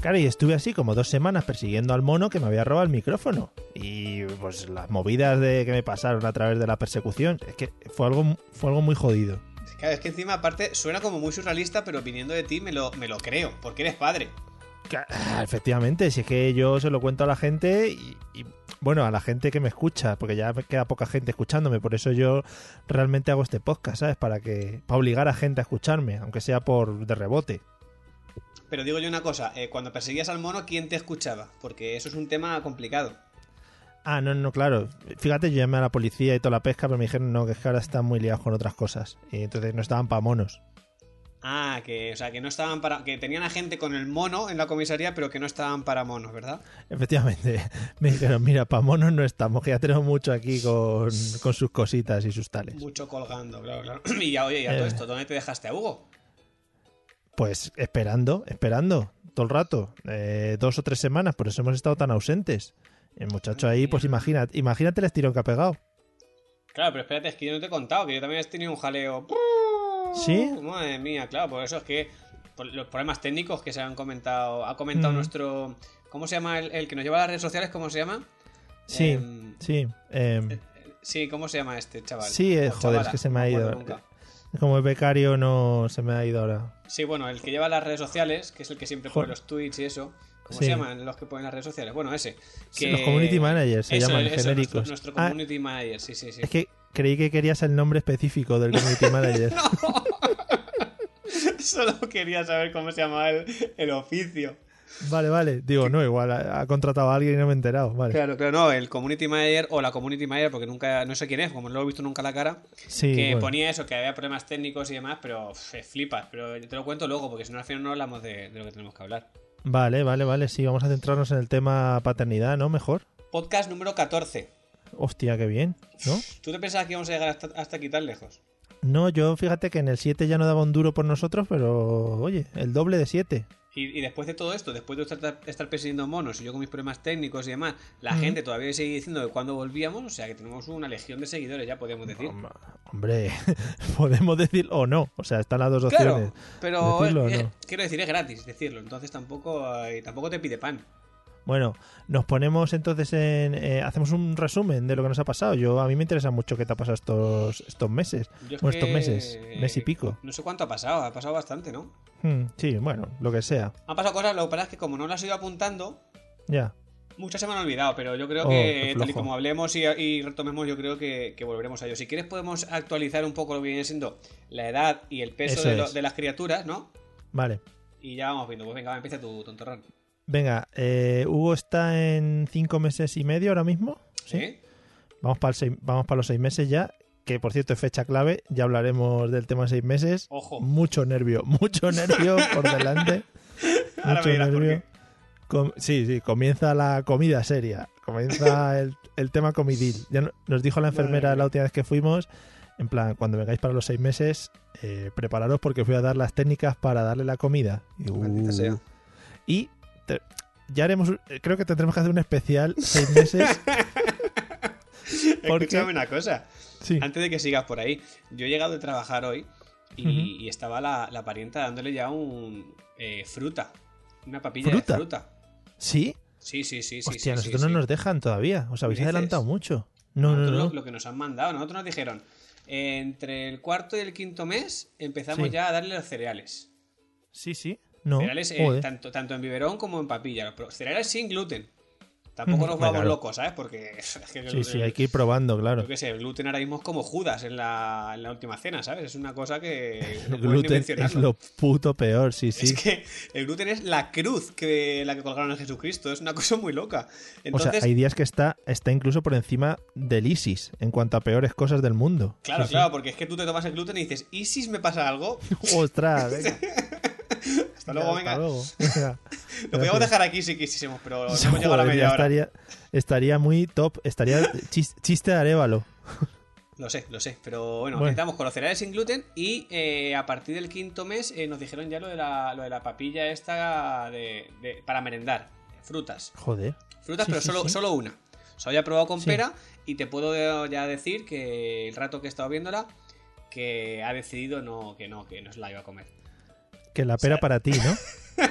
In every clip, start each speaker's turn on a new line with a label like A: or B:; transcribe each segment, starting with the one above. A: Claro, y estuve así como dos semanas persiguiendo al mono que me había robado el micrófono. Y pues las movidas de que me pasaron a través de la persecución, es que fue algo, fue algo muy jodido.
B: Claro, es que encima, aparte, suena como muy surrealista, pero viniendo de ti me lo, me lo creo, porque eres padre.
A: Ca- ah, Efectivamente, si es que yo se lo cuento a la gente y, y, bueno, a la gente que me escucha, porque ya me queda poca gente escuchándome, por eso yo realmente hago este podcast, ¿sabes? Para que para obligar a gente a escucharme, aunque sea por de rebote.
B: Pero digo yo una cosa, eh, cuando perseguías al mono, ¿quién te escuchaba? Porque eso es un tema complicado.
A: Ah, no, no, claro. Fíjate, yo llamé a la policía y toda la pesca, pero me dijeron no, que es que ahora están muy liados con otras cosas. Y entonces no estaban para monos.
B: Ah, que, o sea, que no estaban para. que tenían a gente con el mono en la comisaría, pero que no estaban para monos, ¿verdad?
A: Efectivamente, me dijeron, mira, para monos no estamos, que ya tenemos mucho aquí con, con sus cositas y sus tales.
B: Mucho colgando, claro, claro. Y ya, oye, ya
A: Eh.
B: todo esto, ¿dónde te dejaste a Hugo?
A: Pues esperando, esperando, todo el rato. Eh, dos o tres semanas, por eso hemos estado tan ausentes. El muchacho ahí, pues imagínate, imagínate el estirón que ha pegado.
B: Claro, pero espérate, es que yo no te he contado, que yo también he tenido un jaleo.
A: ¿Sí?
B: Madre mía, claro, por eso es que por los problemas técnicos que se han comentado, ha comentado
A: Mm.
B: nuestro... ¿Cómo se llama el, el que nos lleva a las redes sociales? ¿Cómo se llama?
A: Sí,
B: Em,
A: sí. em,
B: Sí, ¿cómo se llama este chaval?
A: Sí, eh,
B: O
A: joder, es que se me ha
B: no
A: ido. eh.
B: acuerdo nunca.
A: como el becario no se me ha ido ahora.
B: Sí, bueno, el que lleva las redes sociales, que es el que siempre pone
A: Joder.
B: los tweets y eso. ¿Cómo
A: Sí.
B: se llaman los que ponen las redes sociales? Bueno, ese.
A: Sí,
B: que-
A: los community managers se
B: Eso,
A: llaman,
B: eso,
A: genéricos.
B: Nuestro, nuestro
A: Ah,
B: community manager, sí, sí, sí.
A: es que creí que querías el nombre específico del community manager.
B: Solo quería saber cómo se llamaba el, el oficio.
A: Vale, vale. Digo, no, igual ha, ha contratado a alguien y no me he enterado. Vale.
B: Claro, claro, no, el community manager o la community manager, porque nunca, no sé quién es, como no lo he visto nunca la cara,
A: Sí,
B: que
A: bueno.
B: ponía eso, que había problemas técnicos y demás, pero uf, flipas, pero te lo cuento luego, porque si no al final no hablamos de, de lo que tenemos que hablar.
A: Vale, vale, vale. Sí, vamos a centrarnos en el tema paternidad, ¿no? Mejor.
B: Podcast número 14.
A: Hostia, qué bien, ¿no?
B: ¿Tú te pensabas que íbamos a llegar hasta, hasta aquí tan lejos?
A: No, yo fíjate que en el 7 ya no daba un duro por nosotros, pero oye, el doble de 7.
B: Y, y después de todo esto, después de estar, estar persiguiendo monos y yo con mis problemas técnicos y demás, la gente todavía sigue diciendo que cuando volvíamos, o sea que tenemos una legión de seguidores, ya podríamos decir.
A: Hombre, podemos decir o no. O sea, están las dos opciones.
B: Claro, pero
A: Decirlo o
B: eh, eh,
A: no.
B: quiero decir, es gratis decirlo, entonces tampoco, eh, tampoco te pide pan.
A: Bueno, nos ponemos entonces en... eh, hacemos un resumen de lo que nos ha pasado. Yo A mí me interesa mucho qué te ha pasado estos, estos meses.
B: Yo es
A: Bueno, estos
B: que- eh,
A: meses, mes y pico.
B: No sé cuánto ha pasado, ha pasado bastante, ¿no?
A: Hmm, sí, bueno, lo que sea.
B: Han pasado cosas, lo que pasa es que como no las he ido apuntando,
A: Ya.
B: muchas se me han olvidado, pero yo creo
A: Oh,
B: que
A: qué
B: tal y
A: flojo.
B: como hablemos y, y retomemos, yo creo que, que volveremos a ello. Si quieres podemos actualizar un poco lo que viene siendo la edad y el peso
A: Eso
B: de, lo-
A: es.
B: de las criaturas, ¿no?
A: Vale.
B: Y ya vamos viendo. Pues venga, va, empieza tu tontorrón.
A: Venga, eh, Hugo está en cinco meses y medio ahora mismo.
B: ¿Sí?
A: Vamos para vamos para los seis meses ya, que por cierto es fecha clave, ya hablaremos del tema seis meses.
B: Ojo.
A: Mucho nervio, mucho nervio por delante.
B: Ahora
A: mucho
B: me dirás por
A: nervio. Com- sí, sí, comienza la comida seria, comienza el, el tema comidil. Ya no- nos dijo la enfermera
B: Madre
A: la última vez que fuimos, en plan, cuando vengáis para los seis meses, eh, prepararos porque os voy a dar las técnicas para darle la comida. Y, digo,
B: Maldita
A: "Uh".
B: sea.
A: Y te- ya haremos, un- creo que tendremos que hacer un especial seis meses. Porque-
B: Escúchame una cosa.
A: Sí.
B: Antes de que sigas por ahí, yo he llegado de trabajar hoy y,
A: Ujú.
B: y estaba la, la parienta dándole ya un eh, fruta. Una papilla
A: ¿Fruta?
B: de fruta.
A: ¿sí,
B: Sí, sí, sí, sí. sí,
A: hostia,
B: sí,
A: nosotros
B: sí.
A: no nos dejan todavía. Os habéis
B: dices?
A: adelantado mucho. No, no,
B: Nosotros
A: no.
B: Lo, lo que nos han mandado, nosotros nos dijeron, entre el cuarto y el quinto mes empezamos
A: Sí.
B: ya a darle los cereales.
A: Sí, sí. No.
B: Cereales eh,
A: Joder.
B: tanto, tanto en biberón como en papilla. Los pro- cereales sin gluten. Tampoco
A: Bueno,
B: nos vamos
A: Mm, claro.
B: locos, ¿sabes? Porque es que
A: Sí,
B: el-
A: sí, hay que ir probando, claro.
B: Yo qué sé, gluten ahora mismo es como Judas en la, en la última cena, ¿sabes? Es una cosa que no
A: El
B: puedes ni
A: gluten es
B: mencionarlo.
A: lo puto peor, sí, sí.
B: Es que el gluten es la cruz que la que colgaron a Jesucristo, es una cosa muy loca. Entonces,
A: o sea, hay días que está, está incluso por encima del ISIS en cuanto a peores cosas del mundo.
B: claro,
A: Sí, sí.
B: claro, porque es que tú te tomas el gluten y dices, ¿y si me pasa algo?
A: Ostras, venga.
B: Hasta luego, venga.
A: luego.
B: Lo podíamos dejar aquí si quisiésemos, pero no hemos
A: Joder,
B: llegado a la
A: ya
B: media hora.
A: estaría, estaría muy top, estaría chis- chiste de Arevalo.
B: Lo sé, lo sé, pero bueno,
A: Bueno.
B: empezamos con los cereales sin gluten y eh, a partir del quinto mes eh, nos dijeron ya lo de la, lo de la papilla esta de, de- para merendar, frutas.
A: Joder.
B: Frutas,
A: Sí,
B: pero
A: sí,
B: solo,
A: sí.
B: solo una. O sea, ya he probado con
A: Sí.
B: pera y te puedo ya decir que el rato que he estado viéndola, que ha decidido no, que no, que no se la iba a comer.
A: Que la pera para ti, ¿no?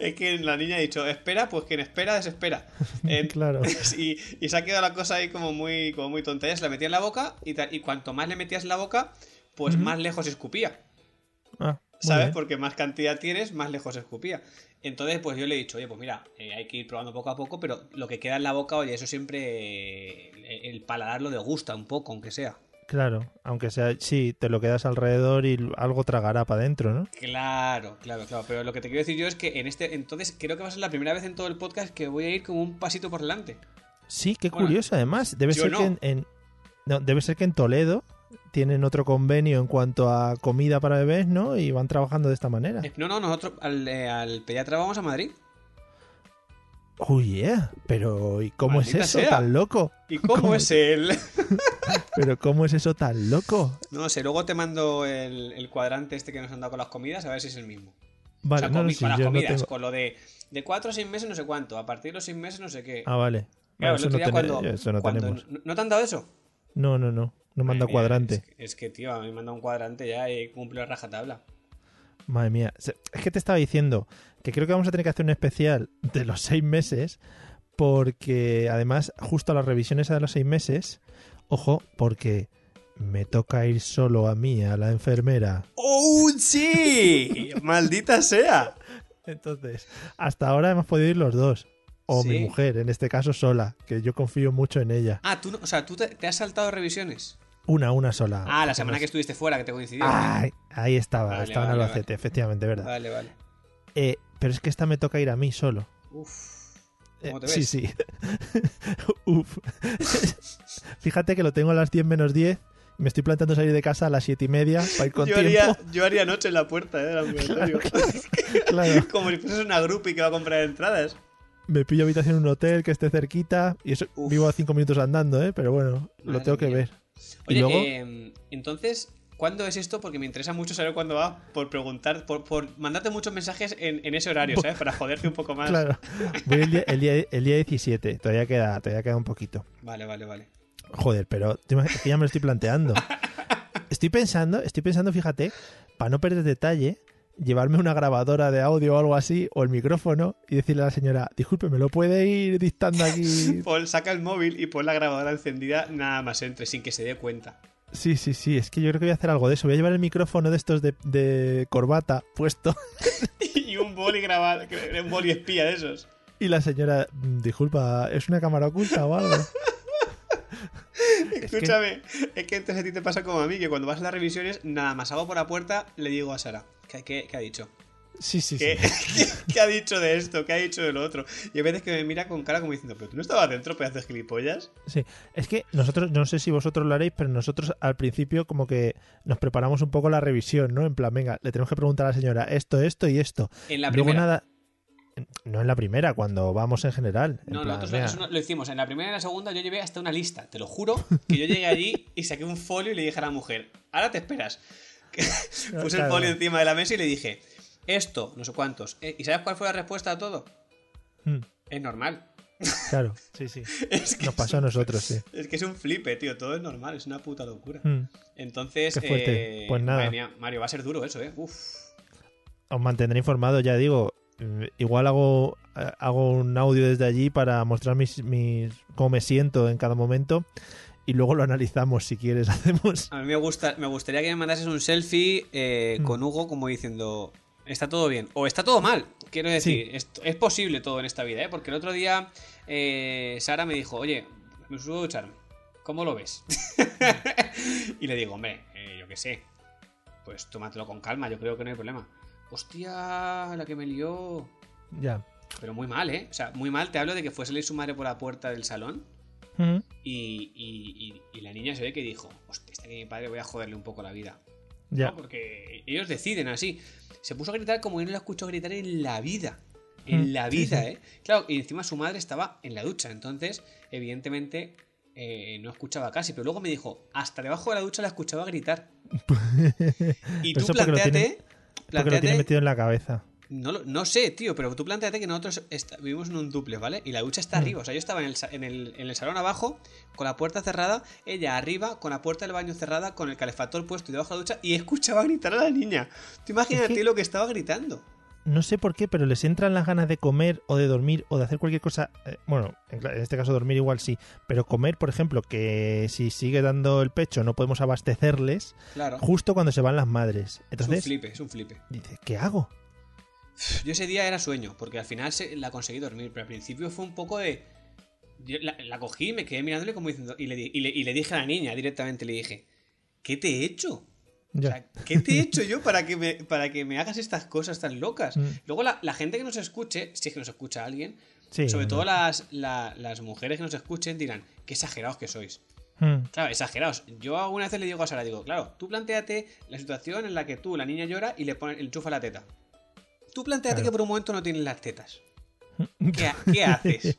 B: es que la niña ha dicho, espera, pues quien espera, desespera. Eh,
A: Claro.
B: Y, y se ha quedado la cosa ahí como muy, como muy tonta. Ella se la metía en la boca y, ta- y cuanto más le metías en la boca, pues más lejos escupía.
A: Ah, muy
B: ¿Sabes?
A: bien.
B: Porque más cantidad tienes, más lejos escupía. Entonces, pues yo le he dicho, oye, pues mira, eh, hay que ir probando poco a poco, pero lo que queda en la boca, oye, eso siempre eh, el, el paladar lo degusta un poco, aunque sea.
A: Claro, aunque sea, sí, te lo quedas alrededor y algo tragará para adentro, ¿no?
B: Claro, claro, claro. Pero lo que te quiero decir yo es que en este, entonces creo que va a ser la primera vez en todo el podcast que voy a ir como un pasito por delante.
A: Sí, qué
B: Bueno,
A: curioso, además. Debe
B: yo
A: ser
B: no.
A: que en, en- no, debe ser que en Toledo tienen otro convenio en cuanto a comida para bebés, ¿no? Y van trabajando de esta manera.
B: Eh, No, no, nosotros al, eh, al pediatra vamos a Madrid.
A: Oh yeah, pero ¿y cómo
B: Maldita
A: es eso
B: sea.
A: tan loco?
B: ¿Y cómo,
A: ¿Cómo?
B: es él?
A: Pero ¿cómo es eso tan loco?
B: No sé, luego te mando el, el cuadrante este que nos han dado con las comidas, a ver si es el mismo.
A: Vale,
B: o sea,
A: no,
B: con,
A: no,
B: mi-
A: sí,
B: con las
A: yo no
B: comidas,
A: tengo-
B: con lo de de 4 a 6 meses no sé cuánto, a partir de los 6 meses no sé qué.
A: Ah, vale. No,
B: claro, el
A: eso,
B: otro
A: no
B: día
A: ten-
B: cuando,
A: eso no
B: cuando-
A: tenemos.
B: ¿no- ¿No te han dado eso?
A: No, no, no. No manda
B: Madre mía,
A: cuadrante.
B: Es que, es que, tío, a mí me han dado un cuadrante ya y cumplo a rajatabla.
A: Madre mía. Se- Es que te estaba diciendo que creo que vamos a tener que hacer un especial de los seis meses, porque además, justo a las revisiones de los seis meses, ojo, porque me toca ir solo a mí, a la enfermera.
B: ¡Oh, sí! ¡Maldita sea!
A: Entonces, hasta ahora hemos podido ir los dos. O mi
B: Sí.
A: mujer, en este caso sola, que yo confío mucho en ella.
B: Ah, tú, no- o sea, tú te, te has saltado revisiones.
A: Una, una sola.
B: Ah, la semana que estuviste fuera, que te coincidió.
A: Ay, ahí estaba,
B: Vale,
A: estaba en
B: vale,
A: Albacete, efectivamente, ¿verdad?
B: Vale, vale.
A: Eh, pero es que esta me toca ir a mí solo.
B: Uf.
A: Eh,
B: ¿Cómo te
A: sí,
B: ves?
A: sí. Uf. Fíjate que lo tengo a las 10 menos 10. Me estoy planteando salir de casa a las 7 y media para ir con
B: Yo
A: tiempo.
B: haría, yo haría noche en la puerta eh, del ambulatorio.
A: Claro,
B: Como si fueses una groupie que va a comprar entradas.
A: me pillo habitación en un hotel que esté cerquita. Y eso,
B: Uf.
A: vivo a 5 minutos andando, ¿eh? Pero bueno, lo
B: Madre
A: tengo que
B: mía.
A: ver. Y
B: Oye,
A: luego-
B: eh, entonces, ¿cuándo es esto? Porque me interesa mucho saber cuándo va por preguntar, por, por mandarte muchos mensajes en, en ese horario, ¿sabes? Para joderte un poco más.
A: Claro, voy el día, el día- el día 17. Todavía queda, todavía queda un poquito.
B: Vale, vale, vale.
A: Joder, pero te imag- es que ya me lo estoy planteando. Estoy pensando, estoy pensando, fíjate, para no perder detalle, llevarme una grabadora de audio o algo así, o el micrófono, y decirle a la señora, disculpe, ¿me lo puede ir dictando aquí?
B: Paul saca el móvil y pon la grabadora encendida nada más entre, sin que se dé cuenta.
A: Sí, sí, sí, es que yo creo que voy a hacer algo de eso. Voy a llevar el micrófono de estos de, de corbata puesto,
B: y un boli grabado, que- un boli espía de esos.
A: y la señora, "Mm, disculpa, ¿es una cámara oculta o algo? Es que-
B: Escúchame, es que entonces a ti te pasa como a mí, que cuando vas a las revisiones, nada más hago por la puerta, le digo a Sara, ¿qué, qué- qué ha dicho?
A: sí, sí, sí.
B: ¿Qué, qué- qué ha dicho de esto? ¿Qué ha dicho de lo otro? Y a veces que me mira con cara como diciendo, ¿pero tú no estabas dentro, pedazo de gilipollas?
A: Sí, es que nosotros, no sé si vosotros lo haréis, pero nosotros al principio como que nos preparamos un poco la revisión, ¿no? En plan, venga, le tenemos que preguntar a la señora esto, esto y esto.
B: En la
A: Luego
B: primera.
A: nada... No en la primera, cuando vamos en general. En
B: no,
A: plan,
B: nosotros
A: venga,
B: eso no- lo hicimos. En la primera y la segunda yo llevé hasta una lista, te lo juro, que yo llegué allí y saqué un folio y le dije a la mujer, ahora te esperas. Puse el
A: claro.
B: folio encima de la mesa y le dije, esto, no sé cuántos. Eh, ¿Y sabes cuál fue la respuesta a todo?
A: mm,
B: Es normal.
A: Claro, sí, sí.
B: Es que
A: Nos pasó a nosotros, sí.
B: Es que es un flipe, tío. Todo es normal, es una puta locura.
A: Mm.
B: Entonces,
A: Qué fuerte.
B: eh,
A: Pues nada.
B: madre mía, Mario, va a ser duro eso, ¿eh? Uf.
A: Os mantendré informado, ya digo. Mm, Igual hago, eh, hago un audio desde allí para mostrar mis, mis, cómo me siento en cada momento. Y luego lo analizamos si quieres. Hacemos
B: A mí me, gusta, me gustaría que me mandases un selfie eh,
A: Mm.
B: con Hugo como diciendo, está todo bien. O está todo mal. Quiero decir, sí. es, es, posible todo en esta vida, ¿eh? Porque el otro día eh, Sara me dijo, oye, me subo a ducharme. ¿Cómo lo ves? y le digo, hombre, eh, yo qué sé. Pues tómatelo con calma, yo creo que no hay problema. Hostia, la que me lió.
A: Ya.
B: Pero muy mal, ¿eh? O sea, muy mal. Te hablo de que fue salir su madre por la puerta del salón. Uh
A: Mm,
B: -huh. y, y, y, y, la niña se ve que dijo, hostia, este que mi padre voy a joderle un poco la vida.
A: Ya.
B: ¿No? Porque ellos deciden así. Se puso a gritar como yo no la escucho gritar en la vida.
A: Mm,
B: En la vida, ¿eh? Claro, y encima su madre estaba en la ducha, entonces, evidentemente, eh, no escuchaba casi. Pero luego me dijo, hasta debajo de la ducha la escuchaba gritar. y tú planteate. Lo tiene,
A: planteate, lo tiene metido en la cabeza.
B: No, no, sé, tío, pero tú planteate que nosotros está, vivimos en un duple, ¿vale? Y la ducha está arriba. O sea, yo estaba en el, en, el, en el, salón abajo, con la puerta cerrada, ella arriba, con la puerta del baño cerrada, con el calefactor puesto y debajo de la ducha, y escuchaba gritar a la niña. Tú imagínate es que, lo que estaba gritando.
A: No sé por qué, pero les entran las ganas de comer o de dormir o de hacer cualquier cosa. Eh, bueno, en, en este caso dormir igual sí, pero comer, por ejemplo, que si sigue dando el pecho no podemos abastecerles
B: claro.
A: justo cuando se van las madres. Entonces,
B: es un flipe, es un flipe.
A: Dice, ¿qué hago?
B: Yo ese día era sueño, porque al final se, la conseguí dormir, pero al principio fue un poco de. Yo la, la cogí y me quedé mirándole como diciendo. Y le, y, le, y le, dije a la niña directamente, le dije, ¿qué te he hecho? O sea, ¿Qué te he hecho yo para que, me, para que me hagas estas cosas tan locas? Mm. Luego la, la, gente que nos escuche, si es que nos escucha alguien, sí, sobre todo las, la, las, mujeres que nos escuchen dirán, qué exagerados que sois. Mm. Claro, exagerados. Yo alguna vez le digo a Sara, digo, claro, tú planteate la situación en la que tú, la niña llora y le pone, enchufa la teta. Tú planteate claro. que por un momento no tienes las tetas. ¿Qué, ha ¿qué haces?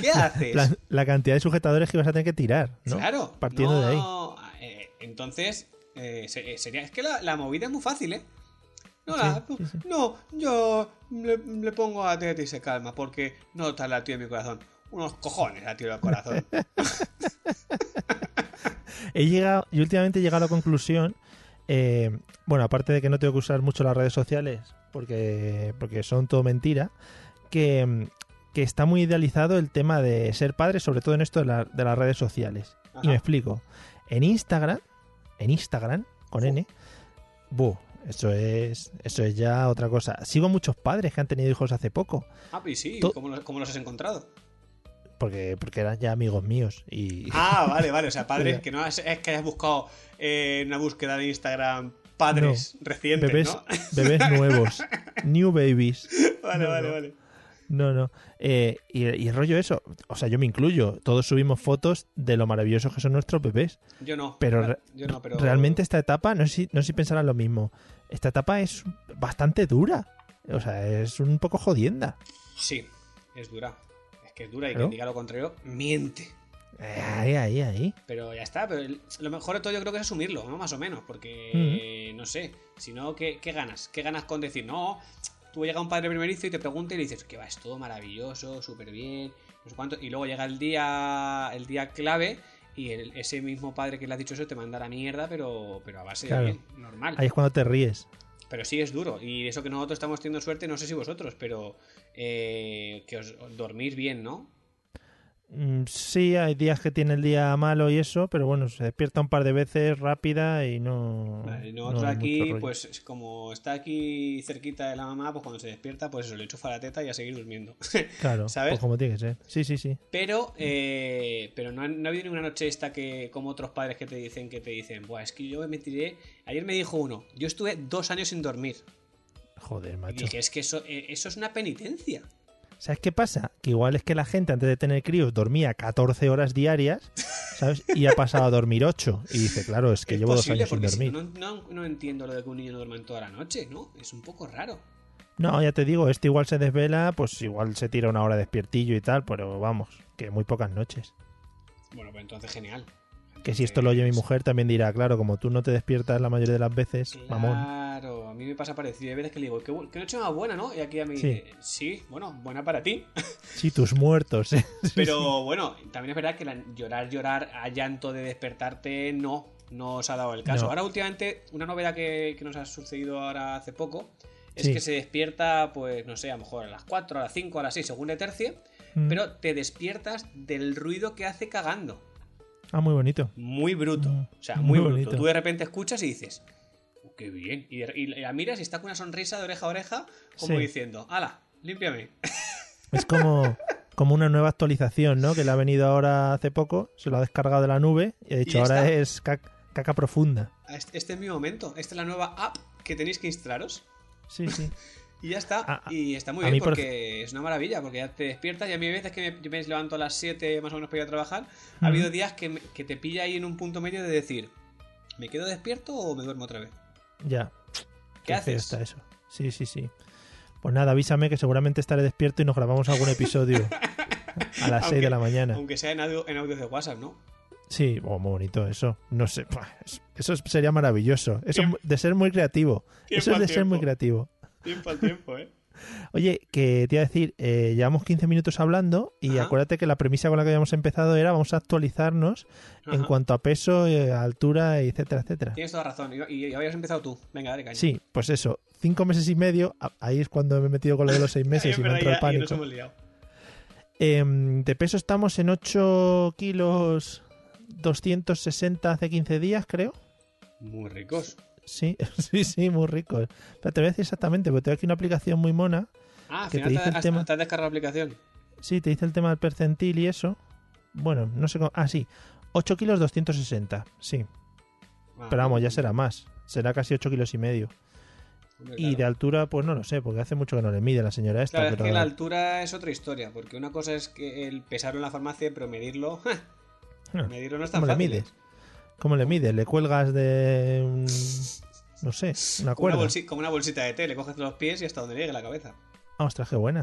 B: ¿Qué haces?
A: La, la, cantidad de sujetadores que vas a tener que tirar. ¿no?
B: Claro.
A: Partiendo
B: no, de ahí. Eh, entonces, eh, sería. Es que la, la, movida es muy fácil, ¿eh? No, sí, la, sí, sí. no yo le, le, pongo a teta y se calma, porque no está la tía en mi corazón. Unos cojones la tía en el corazón.
A: he llegado, y últimamente he llegado a la conclusión eh, bueno, aparte de que no tengo que usar mucho las redes sociales porque, porque son todo mentira, que, que está muy idealizado el tema de ser padre, sobre todo en esto de, la, de las redes sociales. Ajá. Y me explico. En Instagram, en Instagram, con oh. N, buh, eso es, eso es ya otra cosa. Sigo muchos padres que han tenido hijos hace poco.
B: Ah, pues sí, to ¿Cómo los, ¿cómo los has encontrado?
A: porque, porque eran ya amigos míos. Y...
B: Ah, vale, vale. O sea, padres que no has, es que hayas buscado eh, una búsqueda de Instagram padres no, recientes.
A: Bebés,
B: ¿no?
A: bebés nuevos. new babies.
B: Vale, no, vale, vale.
A: No, no. Eh, y, y, el rollo eso. O sea, yo me incluyo. Todos subimos fotos de lo maravillosos que son nuestros bebés.
B: Yo no.
A: Pero, re
B: yo no, pero...
A: realmente esta etapa, no sé, si, no sé si pensarán lo mismo. Esta etapa es bastante dura. O sea, es un poco jodienda.
B: Sí, es dura que es dura y ¿Pero? que diga lo contrario, miente.
A: Ahí, ahí, ahí.
B: Pero ya está, pero lo mejor de todo yo creo que es asumirlo, ¿no? Más o menos, porque uh -huh. no sé, si no, ¿qué, ¿qué, ganas? ¿Qué ganas con decir, no, tú llega un padre primerizo y te pregunta y le dices, que va, es todo maravilloso, súper bien, no sé cuánto, y luego llega el día, el día clave y el, ese mismo padre que le ha dicho eso te manda a la mierda, pero, pero a base claro. de bien, normal.
A: Ahí es cuando te ríes.
B: Pero sí es duro. Y eso que nosotros estamos teniendo suerte, no sé si vosotros, pero eh, que os dormís bien, ¿no?
A: Mm, Sí, hay días que tiene el día malo y eso, pero bueno, se despierta un par de veces rápida y no.
B: Vale, y nosotros no aquí, pues como está aquí cerquita de la mamá, pues cuando se despierta, pues eso, le chufa la teta y a seguir durmiendo.
A: Claro, ¿sabes? Pues como tiene que ser. Sí, sí, sí.
B: Pero, eh, pero no, ha, no ha habido ninguna noche esta que, como otros padres que te dicen, que te dicen, Buah, es que yo me tiré. Ayer me dijo uno, yo estuve dos años sin dormir.
A: Joder, macho.
B: Y dije, es que eso, eh, eso es una penitencia.
A: ¿Sabes qué pasa? Que igual es que la gente antes de tener críos dormía 14 horas diarias, ¿sabes? Y ha pasado a dormir 8. Y dice, claro, es que
B: es
A: llevo posible, dos
B: años
A: sin dormir.
B: Si no, no, no, entiendo lo de que un niño no duerma toda la noche, ¿no? Es un poco raro.
A: No, ya te digo, este igual se desvela, pues igual se tira una hora despiertillo y tal, pero vamos, que muy pocas noches.
B: Bueno, pues entonces genial. Entonces,
A: que si esto lo oye mi mujer también dirá, claro, como tú no te despiertas la mayoría de las veces,
B: claro.
A: mamón.
B: Claro, a mí me pasa parecido. Hay veces que le digo, qué, qué noche más buena, ¿no? Y aquí a mí, sí. Eh, sí, bueno, buena para ti.
A: Sí, tus muertos. ¿eh?
B: Pero bueno, también es verdad que la, llorar, llorar a llanto de despertarte, no, no os ha dado el caso. No. Ahora, últimamente, una novedad que, que, nos ha sucedido ahora hace poco es sí. que se despierta, pues no sé, a lo mejor a las 4, a las 5, a las 6, según de tercie, mm. pero te despiertas del ruido que hace cagando.
A: Ah, muy bonito.
B: Muy bruto. Mm. O sea, muy, muy bruto. Bonito. Tú de repente escuchas y dices, qué bien. Y, y la miras y está con una sonrisa de oreja a oreja, como
A: Sí.
B: diciendo, ala, límpiame.
A: Es como, como una nueva actualización, ¿no? Que le ha venido ahora hace poco, se lo ha descargado de la nube y ha dicho,
B: ya
A: ahora
B: está.
A: es ca- caca profunda.
B: Este este es mi momento. Esta es la nueva app que tenéis que instalaros.
A: Sí, sí.
B: Y ya está.
A: A- a-
B: y está muy
A: a mí
B: bien
A: por-
B: porque es una maravilla, porque ya te despiertas. Y a mí hay veces que me, yo me levanto a las 7 más o menos para ir a trabajar.
A: Ujú.
B: Ha habido días que, me- que te pilla ahí en un punto medio de decir, ¿me quedo despierto o me duermo otra vez?
A: Ya.
B: ¿Qué
A: feo
B: haces?
A: está eso. Sí, sí, sí. Pues nada, avísame que seguramente estaré despierto y nos grabamos algún episodio a las 6 de la mañana.
B: Aunque sea en, audio, en audios de WhatsApp, ¿no?
A: Sí, oh, muy bonito eso. No sé, buah, es- eso sería maravilloso. Eso es de ser muy creativo.
B: Tiempo
A: Eso es
B: al
A: de ser muy
B: tiempo.
A: creativo.
B: Tiempo al tiempo, ¿eh?
A: Oye, que te iba a decir, eh, llevamos 15 minutos hablando y
B: Ajá.
A: acuérdate que la premisa con la que habíamos empezado era vamos a actualizarnos en
B: Ajá.
A: cuanto a peso, eh, altura, etcétera, etcétera.
B: Tienes toda razón. Y, y, y habías empezado tú. Venga, dale, caña.
A: Sí, pues eso, cinco meses y medio, a- ahí es cuando me he metido con lo de los seis meses
B: Ahí
A: y
B: es
A: me
B: verdad,
A: entró el
B: ya- y nos
A: pánico.
B: hemos liado.
A: Em, de peso estamos en 8 kilos 260 hace 15 días, creo.
B: Muy ricos.
A: Sí, sí, sí, muy rico. eh. Pero te voy a decir exactamente, porque tengo aquí una aplicación muy mona.
B: Ah, al
A: Que te
B: final te,
A: dice el
B: has,
A: tema.
B: te has descargado la aplicación.
A: Sí, te dice el tema del percentil y eso. Bueno, no sé cómo. Ah, sí, 8 kilos 260. Sí,
B: Ah,
A: pero vamos, ya será más. Será casi 8 kilos y medio.
B: hombre,
A: Y
B: claro.
A: de altura, pues no lo sé, porque hace mucho que no le mide la señora esta.
B: Claro, es
A: pero...
B: que la altura es otra historia, porque una cosa es que el pesarlo en la farmacia, pero medirlo,
A: Ah,
B: medirlo no es tan
A: ¿Cómo le
B: fácil. ¿eh?
A: mides? ¿Cómo le mides? ¿Le cuelgas de. un- no sé, una
B: Como una,
A: cuerda?
B: bolsi- como una bolsita de té, le coges los pies y hasta donde le llegue la cabeza.
A: Ah, ostras, qué buena.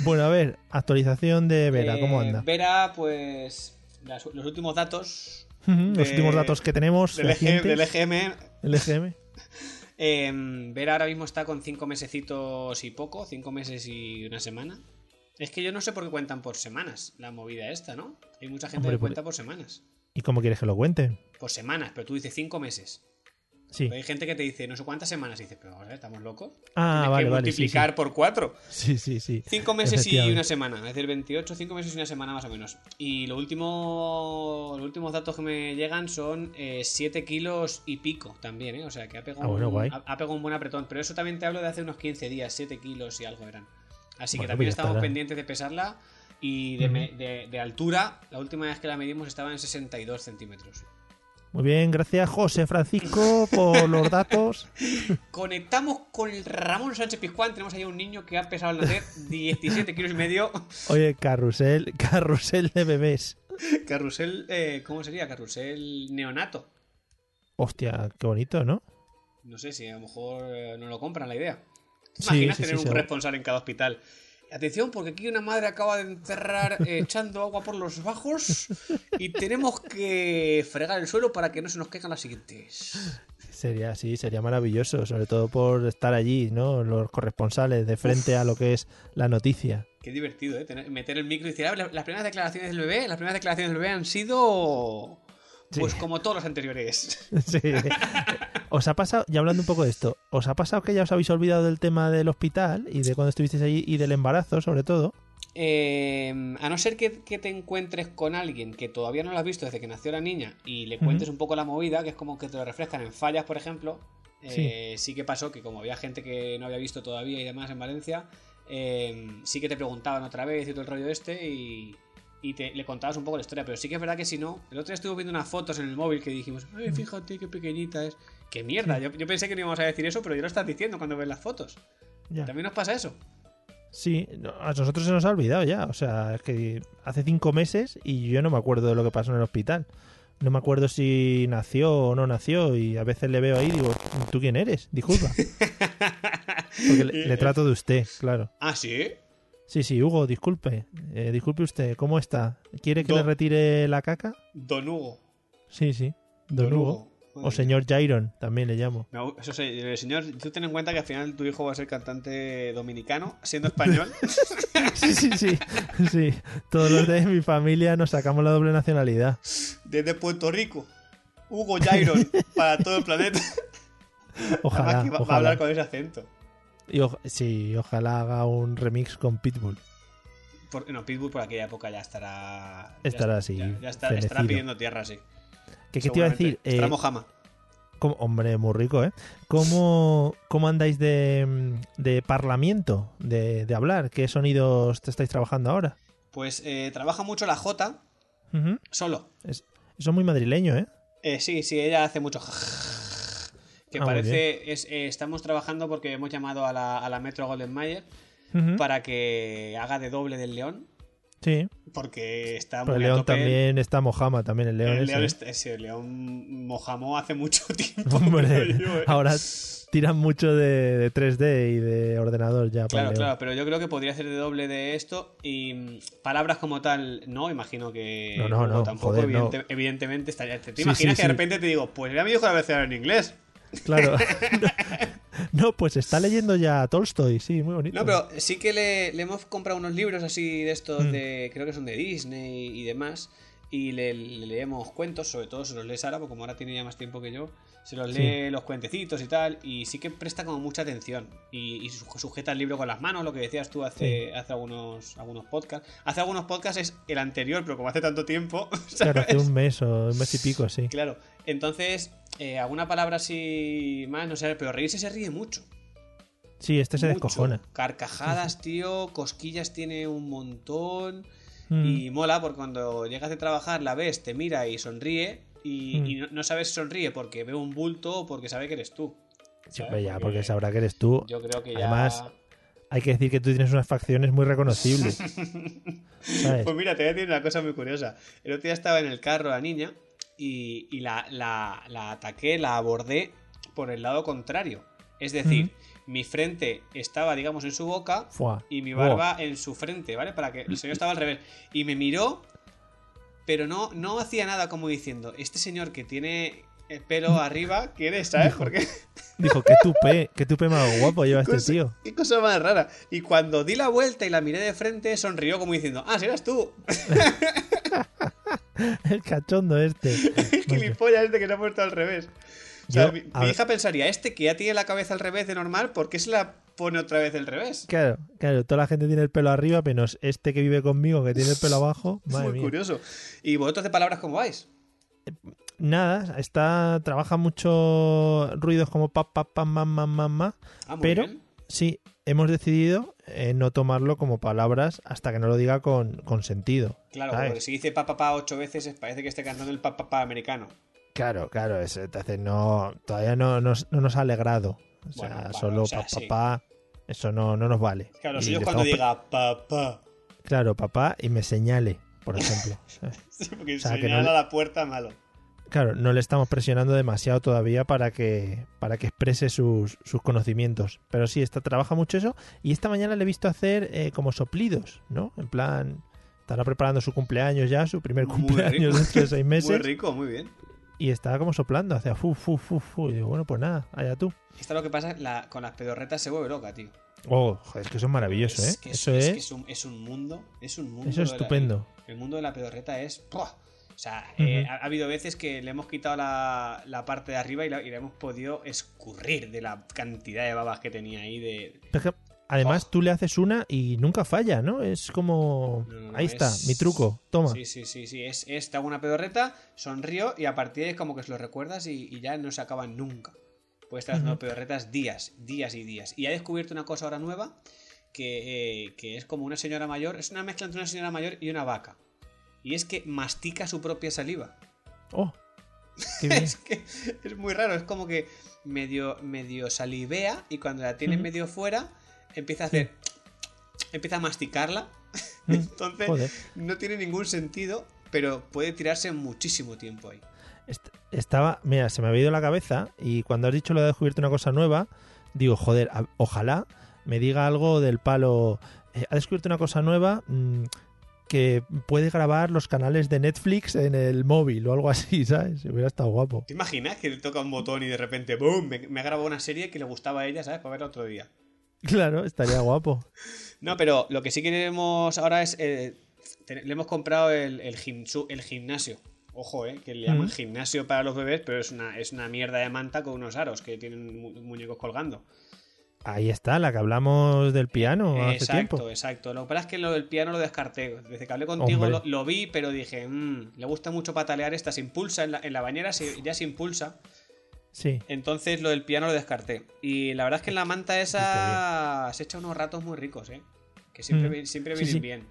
A: bueno, a ver, actualización de Vera, ¿cómo
B: Eh,
A: anda?
B: Vera, pues las- los últimos datos
A: Ujú, Los
B: de-
A: últimos datos que tenemos,
B: del, EG
A: recientes,
B: del E EGM,
A: el EGM.
B: eh, Vera ahora mismo está con 5 mesecitos y poco, 5 meses y una semana. Es que yo no sé por qué cuentan por semanas la movida esta, ¿no? Hay mucha gente
A: Hombre, pues
B: que cuenta por semanas.
A: ¿Y cómo quieres que lo cuenten?
B: Por semanas, pero tú dices 5 meses.
A: Sí.
B: Pero hay gente que te dice no sé cuántas semanas y dices, pero vamos a ver, estamos locos.
A: Ah,
B: Tienes
A: vale,
B: que
A: vale. Sí, sí.
B: multiplicar por 4.
A: sí, sí, sí.
B: 5 meses y
A: Efectivamente.
B: una semana, es decir, 28, 5 meses y una semana más o menos. Y lo último, los últimos datos que me llegan son 7 kilos y pico también, ¿eh? O sea, que ha pegado,
A: Ah, bueno,
B: un,
A: guay.
B: ha- ha pegado un buen apretón. Pero eso también te hablo de hace unos 15 días, 7 kilos y algo eran. Así
A: Bueno,
B: que también
A: pues ya
B: estamos
A: estará.
B: pendientes de pesarla y de, me- de- de altura. La última vez que la medimos estaba en 62 centímetros.
A: Muy bien, gracias José Francisco por los datos.
B: Conectamos con el Ramón Sánchez Pizjuán. Tenemos ahí un niño que ha pesado al nacer 17 kilos y medio.
A: Oye, carrusel, carrusel de bebés.
B: Carrusel, eh, ¿cómo sería? Carrusel neonato.
A: Hostia, qué bonito, ¿no?
B: No sé si a lo mejor eh, no lo compran la idea.
A: Sí,
B: Imagina
A: sí, sí,
B: tener un
A: seguro.
B: responsable en cada hospital. Atención, porque aquí una madre acaba de encerrar eh, echando agua por los bajos y tenemos que fregar el suelo para que no se nos caigan las siguientes.
A: Sería, sí, sería maravilloso, sobre todo por estar allí, ¿no? Los corresponsales de frente a lo que es la noticia.
B: Qué divertido, ¿eh? Tener- meter el micro y decir, "Ah, la- las primeras declaraciones del bebé, las primeras declaraciones del bebé han sido... Pues
A: Sí.
B: como todos los anteriores.
A: Sí. ¿Os ha pasado, ya hablando un poco de esto, os ha pasado que ya os habéis olvidado del tema del hospital y de cuando estuvisteis allí y del embarazo, sobre todo?
B: Eh, a no ser que, que te encuentres con alguien que todavía no lo has visto desde que nació la niña y le
A: Ujú.
B: cuentes un poco la movida, que es como que te lo refrescan en fallas, por ejemplo. eh, sí. que pasó que como había gente que no había visto todavía y demás en Valencia, eh, sí que te preguntaban otra vez y todo el rollo este y, y te, le contabas un poco la historia. Pero sí que es verdad que si no, el otro día estuve viendo unas fotos en el móvil que dijimos, ay, fíjate qué pequeñita es. ¡Qué mierda! Yo, yo pensé que no íbamos a decir eso, pero ya lo estás diciendo cuando ves las fotos.
A: Ya.
B: También nos pasa eso.
A: Sí, no, a nosotros se nos ha olvidado ya. O sea, es que hace cinco meses y yo no me acuerdo de lo que pasó en el hospital. No me acuerdo si nació o no nació y a veces le veo ahí y digo, ¿tú quién eres? Disculpa. Porque le, le trato de usted, claro.
B: Ah, sí.
A: Sí, sí, Hugo, disculpe. Eh, disculpe usted, ¿cómo está? ¿Quiere que
B: Do-
A: le retire la caca?
B: Don Hugo.
A: Sí, sí. Don, Hugo. O
B: Madre
A: señor Jairon, también le llamo.
B: No, eso sí, eh, señor, tú ten en cuenta que al final tu hijo va a ser cantante dominicano, siendo español.
A: Sí, sí, sí. sí. Todos los de mi familia nos sacamos la doble nacionalidad.
B: desde Puerto Rico. Hugo Jairon, para todo el planeta.
A: Ojalá.
B: Además que va, va a
A: ojalá.
B: hablar con ese acento.
A: Y oja- sí, ojalá haga un remix con Pitbull.
B: Por- no, Pitbull por aquella época ya estará. ya
A: Estará
B: est-
A: así,
B: Ya, ya está-
A: fenecido.
B: estará pidiendo tierra, sí.
A: Que, ¿Qué te iba a
B: seguramente.
A: decir? Eh,
B: Estará Mojama.
A: Como, hombre, muy rico, ¿eh? ¿Cómo, cómo andáis de, de parlamiento, de, de hablar? ¿Qué sonidos te estáis trabajando ahora?
B: Pues eh, trabaja mucho la J,
A: Ujú.
B: solo.
A: Es- eso es muy madrileño, ¿eh?
B: Eh, sí, sí, ella hace mucho. Que
A: Ah, muy
B: parece. es- eh, estamos trabajando porque hemos llamado a la, a la Metro Golden Mayer
A: Ujú.
B: para que haga de doble del león.
A: Sí.
B: Porque está
A: Pero
B: muy
A: Pues el
B: a
A: león
B: tope.
A: también está Mojama, también el león.
B: El
A: ese,
B: león,
A: ¿eh?
B: está- sí, el león mojamó hace mucho tiempo.
A: Hombre,
B: creo yo, eh.
A: ahora tiran mucho de, de 3D y de ordenador ya. para
B: Claro,
A: el león.
B: claro, pero yo creo que podría ser de doble de esto y mm, palabras como tal, no, imagino que
A: No, no,
B: Hugo
A: no,
B: tampoco,
A: joder, no.
B: evidente- evidentemente estaría. ¿Te
A: Sí,
B: imaginas
A: sí,
B: que
A: sí.
B: de repente te digo, pues ya me dijo la vez en inglés?
A: Claro. no, pues está leyendo ya a Tolstoy, sí, muy bonito.
B: No, pero sí que le, le hemos comprado unos libros así de estos
A: Mm.
B: de. Creo que son de Disney y demás. Y le, le leemos cuentos, sobre todo se los lee Sara, porque como ahora tiene ya más tiempo que yo, se los
A: Sí.
B: lee los cuentecitos y tal. Y sí que presta como mucha atención. Y, y su- sujeta el libro con las manos, lo que decías tú hace, hace algunos, algunos podcasts. Hace algunos podcasts es el anterior, pero como hace tanto tiempo.
A: Claro,
B: ¿sabes?
A: hace un mes o un mes y pico, sí.
B: Claro. Entonces, eh, alguna palabra así más, no sé, pero reírse se ríe mucho.
A: Sí, este se
B: Mucho.
A: descojona.
B: Carcajadas, tío, cosquillas tiene un montón.
A: Mm.
B: Y mola porque cuando llegas de trabajar la ves, te mira y sonríe. Y,
A: Mm.
B: y no, no sabes si sonríe porque ve un bulto o porque sabe que eres tú.
A: Sí,
B: ¿sabes?
A: hombre, ya,
B: Porque
A: porque sabrá que eres tú.
B: Yo creo que ya.
A: Además, Hay que decir que tú tienes unas facciones muy reconocibles. ¿sabes?
B: Pues mira, te voy a decir una cosa muy curiosa. El otro día estaba en el carro la niña y, y la, la- la ataqué, la abordé por el lado contrario. Es decir, mi frente estaba, digamos, en su boca
A: Fua.
B: y mi
A: Buah.
B: barba en su frente, ¿vale? Para que el señor estaba al revés. Y me miró, pero no, no hacía nada como diciendo, este señor que tiene el pelo arriba, ¿quién es? ¿Sabes? Porque
A: Dijo, qué tupé, qué tupé más guapo lleva este
B: cosa-
A: tío.
B: qué cosa más rara. Y cuando di la vuelta y la miré de frente, sonrió como diciendo, ah, si eras tú,
A: El cachondo este.
B: el
A: Vaya.
B: gilipollas este que se ha puesto al revés. O sea,
A: Yo-
B: mi,
A: a
B: mi
A: ver-
B: hija pensaría, este que ya tiene la cabeza al revés de normal, ¿por qué se la pone otra vez al revés?
A: Claro, claro, toda la gente tiene el pelo arriba, menos este que vive conmigo que tiene el pelo abajo.
B: Es
A: Madre
B: muy
A: mía.
B: curioso. ¿Y vosotros de palabras cómo vais?
A: Nada, está, trabaja mucho ruidos como pa, pa, pa, ma, ma, ma, ma.
B: Ah, muy
A: Pero-
B: bien.
A: Sí, hemos decidido eh, no tomarlo como palabras hasta que no lo diga con, con sentido.
B: Claro,
A: ¿sabes?
B: porque si dice pa pa pa ocho veces, parece que esté cantando el pa pa pa americano.
A: Claro, claro, es- entonces no, todavía no, nos- no nos ha alegrado. O sea,
B: Bueno, vale,
A: solo
B: o sea,
A: pa, pa,
B: sí.
A: pa, eso no, no nos vale.
B: Claro,
A: Y
B: si
A: le
B: yo cuando
A: estamos-
B: diga pa pa,
A: Claro, papá, y me señale, por ejemplo.
B: sí, porque
A: O sea, que
B: señala
A: no le-
B: la puerta malo.
A: Claro, no le estamos presionando demasiado todavía para que, para que exprese sus, sus conocimientos. Pero sí, esta, trabaja mucho eso. Y esta mañana le he visto hacer eh, como soplidos, ¿no? En plan, estará preparando su cumpleaños ya, su primer
B: Muy
A: cumpleaños
B: rico.
A: dentro de seis
B: Muy
A: meses.
B: rico, muy bien.
A: y estaba como soplando, hacía fu, fu, fu, fu. Y digo, bueno, pues nada, allá tú.
B: Esto es lo que pasa, la- con las pedorretas se vuelve loca, tío.
A: Oh, joder, es que eso es maravilloso, ¿eh?
B: Es que, es-
A: eso
B: es,
A: es,
B: que es un, es un mundo, es un mundo.
A: eso es
B: de la-
A: estupendo.
B: el mundo de la pedorreta es... ¡pua! O sea, eh,
A: Ujú.
B: ha, ha habido veces que le hemos quitado la, la parte de arriba y la, y la hemos podido escurrir de la cantidad de babas que tenía ahí de...
A: Pero es que, además,
B: Oh.
A: tú le haces una y nunca falla, ¿no? Es como...
B: No, no, no,
A: Ahí está,
B: es-
A: mi truco, toma.
B: Sí, sí, sí, sí. Es, es, te hago una pedorreta, sonrío y a partir de ahí como que se lo recuerdas y, y ya no se acaban nunca. Puedes estar haciendo
A: Ujú.
B: pedorretas días, días y días. Y ha descubierto una cosa ahora nueva que, eh, que es como una señora mayor, es una mezcla entre una señora mayor y una vaca. Y es que mastica su propia saliva.
A: Oh, qué bien.
B: Es que es muy raro, es como que medio, medio salivea y cuando la tiene
A: Ujú.
B: medio fuera empieza a hacer... Empieza a masticarla.
A: Mm,
B: Entonces,
A: Joder.
B: no tiene ningún sentido, pero puede tirarse muchísimo tiempo ahí.
A: Est- Estaba, mira, se me había ido la cabeza y cuando has dicho lo de descubierto una cosa nueva, digo, joder, a- ojalá me diga algo del palo. eh, ha descubierto una cosa nueva mm, que puede grabar los canales de Netflix en el móvil o algo así, ¿sabes? Hubiera estado guapo.
B: ¿Te imaginas que le toca un botón y de repente, ¡boom! Me, me ha grabado una serie que le gustaba a ella, ¿sabes? Para verla otro día.
A: Claro, estaría guapo.
B: No, pero lo que sí queremos ahora es. eh, te- le hemos comprado el, el, gim- su- el gimnasio. Ojo, ¿eh? Que le llaman
A: Mm.
B: gimnasio para los bebés, pero es una, es una mierda de manta con unos aros que tienen mu- muñecos colgando.
A: Ahí está, la que hablamos del piano hace
B: exacto,
A: tiempo.
B: exacto. Lo que pasa es que lo del piano lo descarté. Desde que hablé contigo lo,
A: Hombre.
B: lo vi, pero dije, "Mm, le gusta mucho patalear esta, se impulsa en la, en la bañera, se- ya se impulsa.
A: Sí.
B: Entonces lo del piano lo descarté. Y la verdad es que en la manta esa se echa unos ratos muy ricos, ¿eh? Que siempre,
A: Mm.
B: vi- siempre
A: Sí,
B: vienen
A: sí.
B: bien.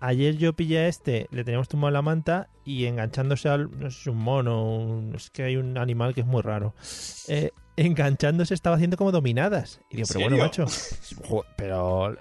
A: Ayer yo pillé a este, le teníamos tumbado la manta y enganchándose al. No sé si un mono, un- es que hay un animal que es muy raro. Eh, enganchándose estaba haciendo como dominadas. Y digo,
B: ¿En
A: pero bueno,
B: serio?
A: macho. jo- Pero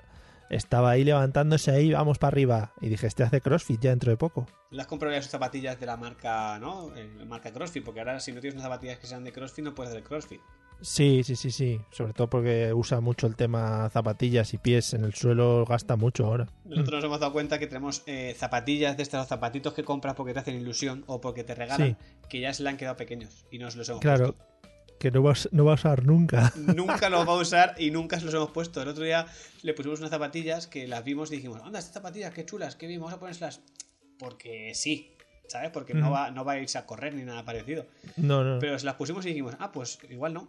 A: estaba ahí levantándose ahí, vamos para arriba. Y dije, este hace crossfit ya dentro de poco.
B: Las comprado ya sus zapatillas de la marca, ¿no? Eh, marca CrossFit, porque ahora si no tienes unas zapatillas que sean de CrossFit, no puedes hacer CrossFit.
A: Sí, sí, sí, sí. Sobre todo porque usa mucho el tema zapatillas y pies en el suelo, gasta mucho ahora.
B: Nosotros nos hemos dado cuenta que tenemos eh, zapatillas de estos zapatitos que compras porque te hacen ilusión o porque te regalan, que ya se le han quedado pequeños y nos los hemos
A: Claro,
B: puesto.
A: que no vas, no vas a usar nunca.
B: Nunca los va a usar y nunca se los hemos puesto. El otro día le pusimos unas zapatillas que las vimos y dijimos, anda, estas zapatillas, qué chulas, qué bien, vamos a ponérselas. Porque sí, ¿sabes? Porque no,
A: Mm.
B: va, no va a irse a correr ni nada parecido.
A: No, no.
B: Pero se las pusimos y dijimos, ah, pues igual no.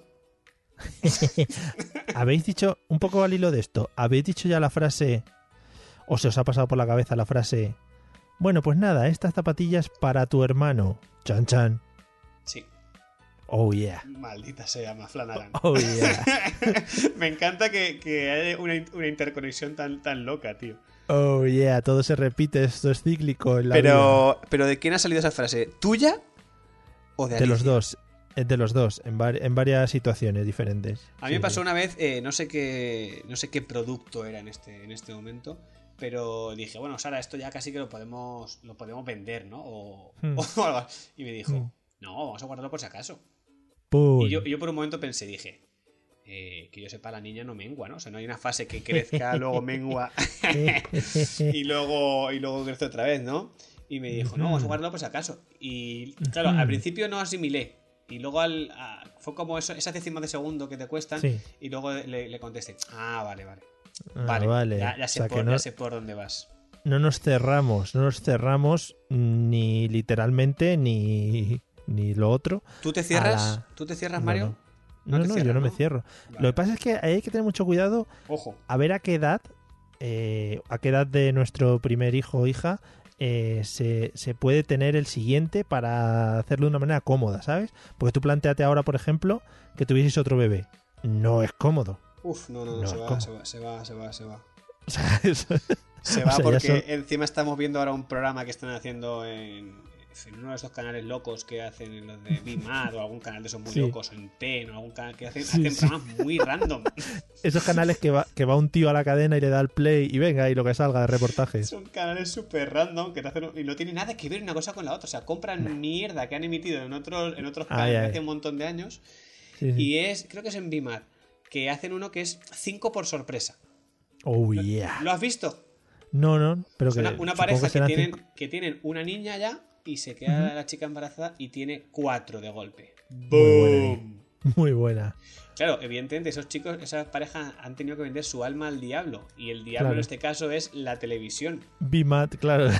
A: Habéis dicho, un poco al hilo de esto, ¿habéis dicho ya la frase, o se os ha pasado por la cabeza la frase, bueno, pues nada, estas zapatillas para tu hermano, chan chan,
B: Sí,
A: oh yeah,
B: maldita sea, me aflanarán.
A: oh yeah,
B: Me encanta que, que haya una, in- una interconexión tan, tan loca, tío.
A: oh yeah, todo se repite, esto es cíclico en la vida.
B: Pero, pero ¿de quién ha salido esa frase? ¿Tuya o de
A: De los
B: Alicia?
A: dos, eh, de los dos, en, var- en varias situaciones diferentes.
B: A mí me
A: Sí,
B: pasó
A: sí.
B: una vez, eh, no sé qué. No sé qué producto era en este, en este momento. Pero dije, bueno, Sara, esto ya casi que lo podemos. Lo podemos vender, ¿no? O,
A: Hmm.
B: o algo así. Y me dijo,
A: Hmm.
B: no, vamos a guardarlo por si acaso.
A: Pum.
B: Y yo, yo por un momento pensé, dije. eh, que yo sepa, la niña no mengua, ¿no? O sea, no hay una fase que crezca, luego mengua. y luego y luego crece otra vez, ¿no? Y me dijo, no, vamos a
A: Hmm.
B: guardarlo por si acaso. Y claro,
A: Ujú.
B: al principio no asimilé. Y luego al, a- fue como eso, esas décimas de segundo que te cuestan.
A: Sí.
B: Y luego le, le contesté, ah, vale, vale.
A: Ah,
B: Vale, Ya, ya
A: O
B: sé
A: sea, que
B: por,
A: no-
B: ya sé por dónde vas.
A: no nos cerramos, no nos cerramos ni literalmente ni, ni lo otro.
B: ¿Tú te cierras?
A: A la-
B: ¿Tú te cierras,
A: No,
B: Mario? No
A: No, no,
B: te
A: yo
B: cierras,
A: no me
B: ¿no?
A: cierro.
B: Vale.
A: Lo que pasa es que hay que tener mucho cuidado
B: Ojo.
A: a ver a qué edad, eh, a qué edad de nuestro primer hijo o hija eh, se, se puede tener el siguiente para hacerlo de una manera cómoda, ¿sabes? Porque tú planteate ahora, por ejemplo, que tuvieses otro bebé. No es cómodo.
B: Uf, no, no, no,
A: No,
B: se, va,
A: ¿cómo?
B: se va, se va, se va, se va.
A: O sea, eso-
B: Se
A: O
B: va
A: sea, ya
B: porque
A: son-
B: encima estamos viendo ahora un programa que están haciendo en, en uno de esos canales locos que hacen en los de Bimad o algún canal de esos muy
A: Sí.
B: locos, o en TEN o algún canal que hacen,
A: Sí,
B: hacen
A: sí.
B: programas muy random.
A: esos canales que va, que va un tío a la cadena y le da el play y venga, y lo que salga de reportajes.
B: Son canales súper random que te hacen y no tienen nada que ver una cosa con la otra. O sea, compran mierda que han emitido en otros, en otros
A: Ay,
B: canales de
A: ay.
B: hace un montón de años.
A: Sí, sí.
B: Y es, creo que es en Bimad, que hacen uno que es 5 por sorpresa.
A: Oh, yeah.
B: ¿Lo has visto?
A: No, no, pero que.
B: Una, una
A: supongo
B: pareja que,
A: serán
B: tienen,
A: cinco-
B: que tienen una niña ya y se queda la chica embarazada y tiene cuatro de golpe.
A: buena
B: ¡Boom!
A: Muy buena.
B: Claro, evidentemente esos chicos, esas parejas han tenido que vender su alma al diablo. Y el diablo
A: Claro.
B: en este caso es la televisión.
A: Bimat, claro.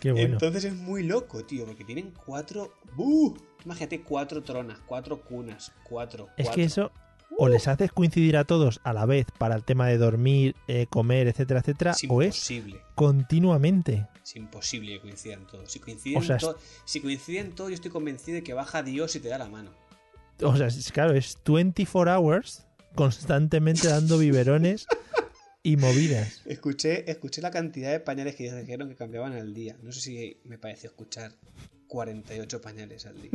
A: Qué bueno.
B: Entonces es muy loco, tío, porque tienen cuatro... ¡Buh! Imagínate cuatro tronas, cuatro cunas, cuatro.
A: es
B: cuatro.
A: que eso. O les haces coincidir a todos a la vez para el tema de dormir, eh, comer, etcétera, etcétera,
B: es
A: o es
B: imposible.
A: continuamente.
B: Es imposible que coincidan todos. Si coinciden,
A: O sea, es-
B: todos, si coinciden todos, yo estoy convencido de que baja Dios y te da la mano.
A: O sea, es, claro, es 24 hours constantemente dando biberones y movidas.
B: Escuché, escuché la cantidad de pañales que dijeron que cambiaban al día. No sé si me pareció escuchar 48 pañales al día.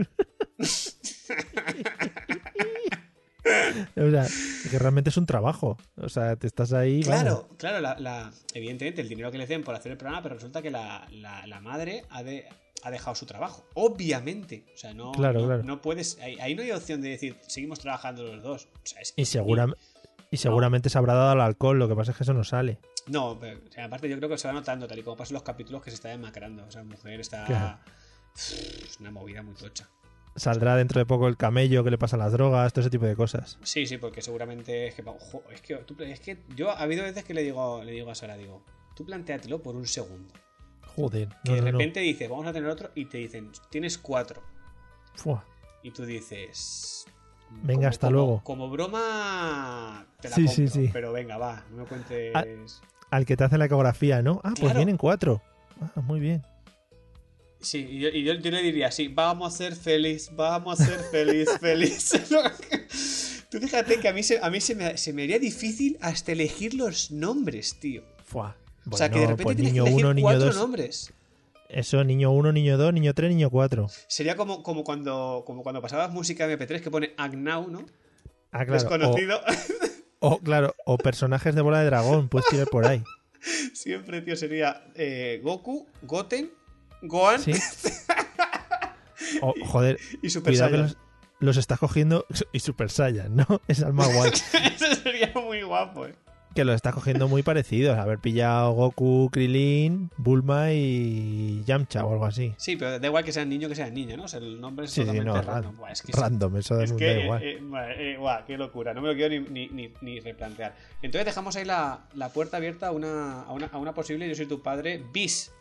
A: O sea, que realmente es un trabajo. O sea, te estás ahí.
B: claro, claro, la, la- evidentemente el dinero que le den por hacer el programa, pero resulta que la, la- la madre ha, de- ha dejado su trabajo. Obviamente. O sea, no,
A: Claro,
B: no,
A: claro.
B: no puedes. Ahí, ahí no hay opción de decir, seguimos trabajando los dos. O sea, es-
A: Y, segura- y seguramente se habrá dado al alcohol, lo que pasa es que eso no sale.
B: No, pero, o sea, aparte yo creo que se va notando, tal y como pasan los capítulos, que se está demacrando. O sea, la mujer está.
A: Claro.
B: Es una movida muy tocha.
A: Saldrá dentro de poco el camello que le pasan las drogas, todo ese tipo de cosas.
B: Sí, sí, porque seguramente es que, ojo, es que, tú- es que yo ha habido veces que le digo, le digo a Sara, digo, tú plantéatelo por un segundo.
A: Joder,
B: Que
A: no,
B: de
A: no, no.
B: repente dices, vamos a tener otro, y te dicen, tienes cuatro.
A: Fua.
B: Y tú dices.
A: Venga,
B: como-
A: hasta
B: como-
A: luego.
B: Como broma, te la
A: Sí, sí,
B: compro,
A: sí.
B: Pero venga, va, no me cuentes.
A: Ah, Al que te hace la ecografía, ¿no? Ah, pues
B: Claro.
A: vienen cuatro. Ah, muy bien.
B: Sí, y yo, y yo- yo le diría así, vamos a ser feliz, vamos a ser feliz, feliz. Tú fíjate que a mí, se, a mí se, me, se me haría difícil hasta elegir los nombres, tío.
A: Fuá.
B: o sea, que de
A: Bueno,
B: repente
A: pues
B: tienes
A: niño
B: que elegir
A: uno, niño
B: cuatro
A: dos.
B: nombres.
A: Eso, niño 1, niño 2, niño 3, niño 4.
B: Sería como, como, cuando, como cuando pasabas música MP3 que pone Agnow, ¿no?
A: Ah, claro. o-
B: Desconocido.
A: O, claro, o personajes de bola de dragón, puedes tirar por ahí.
B: Siempre, tío, sería eh, Goku, Goten, Gohan
A: ¿Sí? O, joder,
B: y Super
A: cuidado que
B: Saiyan.
A: los, los estás cogiendo. Y Super Saiyan, ¿no? Es el más guay.
B: Eso sería muy guapo, eh.
A: Que los estás cogiendo muy parecidos. Haber pillado Goku, Krilin, Bulma y Yamcha o algo así.
B: Sí, pero da igual que sean niño que sean niña, ¿no? O sea, el nombre es
A: Sí, sí,
B: totalmente
A: no,
B: random.
A: random.
B: Buah, es que sí.
A: Random, eso
B: Es
A: da
B: que,
A: igual.
B: eh, eh, ma- eh, guau, qué locura, no me lo quiero ni, ni- ni- ni replantear. Entonces dejamos ahí la, la puerta abierta a una, a, una, a una posible Yo soy tu padre bis.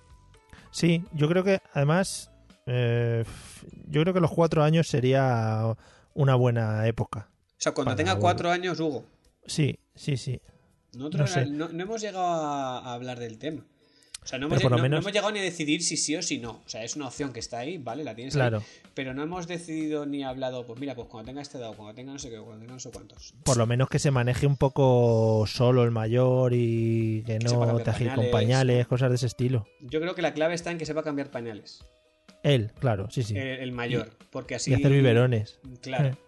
A: Sí, yo creo que además, eh, yo creo que los cuatro años sería una buena época.
B: O sea, cuando
A: Para
B: tenga
A: un-
B: cuatro años, Hugo.
A: Sí, sí, sí.
B: Nosotros
A: No sé.
B: no, no hemos llegado a, a hablar del tema. O sea, no hemos,
A: Pero por lo
B: no- no
A: menos-
B: hemos llegado ni a decidir si sí o si no. O sea, es una opción que está ahí, ¿vale? La tienes ahí.
A: Claro.
B: Pero no hemos decidido ni hablado, pues mira, pues cuando tenga este dado, cuando tenga no sé qué, cuando tenga no sé cuántos.
A: Por lo menos que se maneje un poco solo el mayor y que
B: Que sepa
A: no
B: cambiar
A: te agite con
B: pañales.
A: pañales, cosas de ese estilo.
B: Yo creo que la clave está en que sepa cambiar pañales.
A: Él, claro, sí, sí.
B: El, el mayor. Porque así.
A: Y hacer biberones.
B: Claro.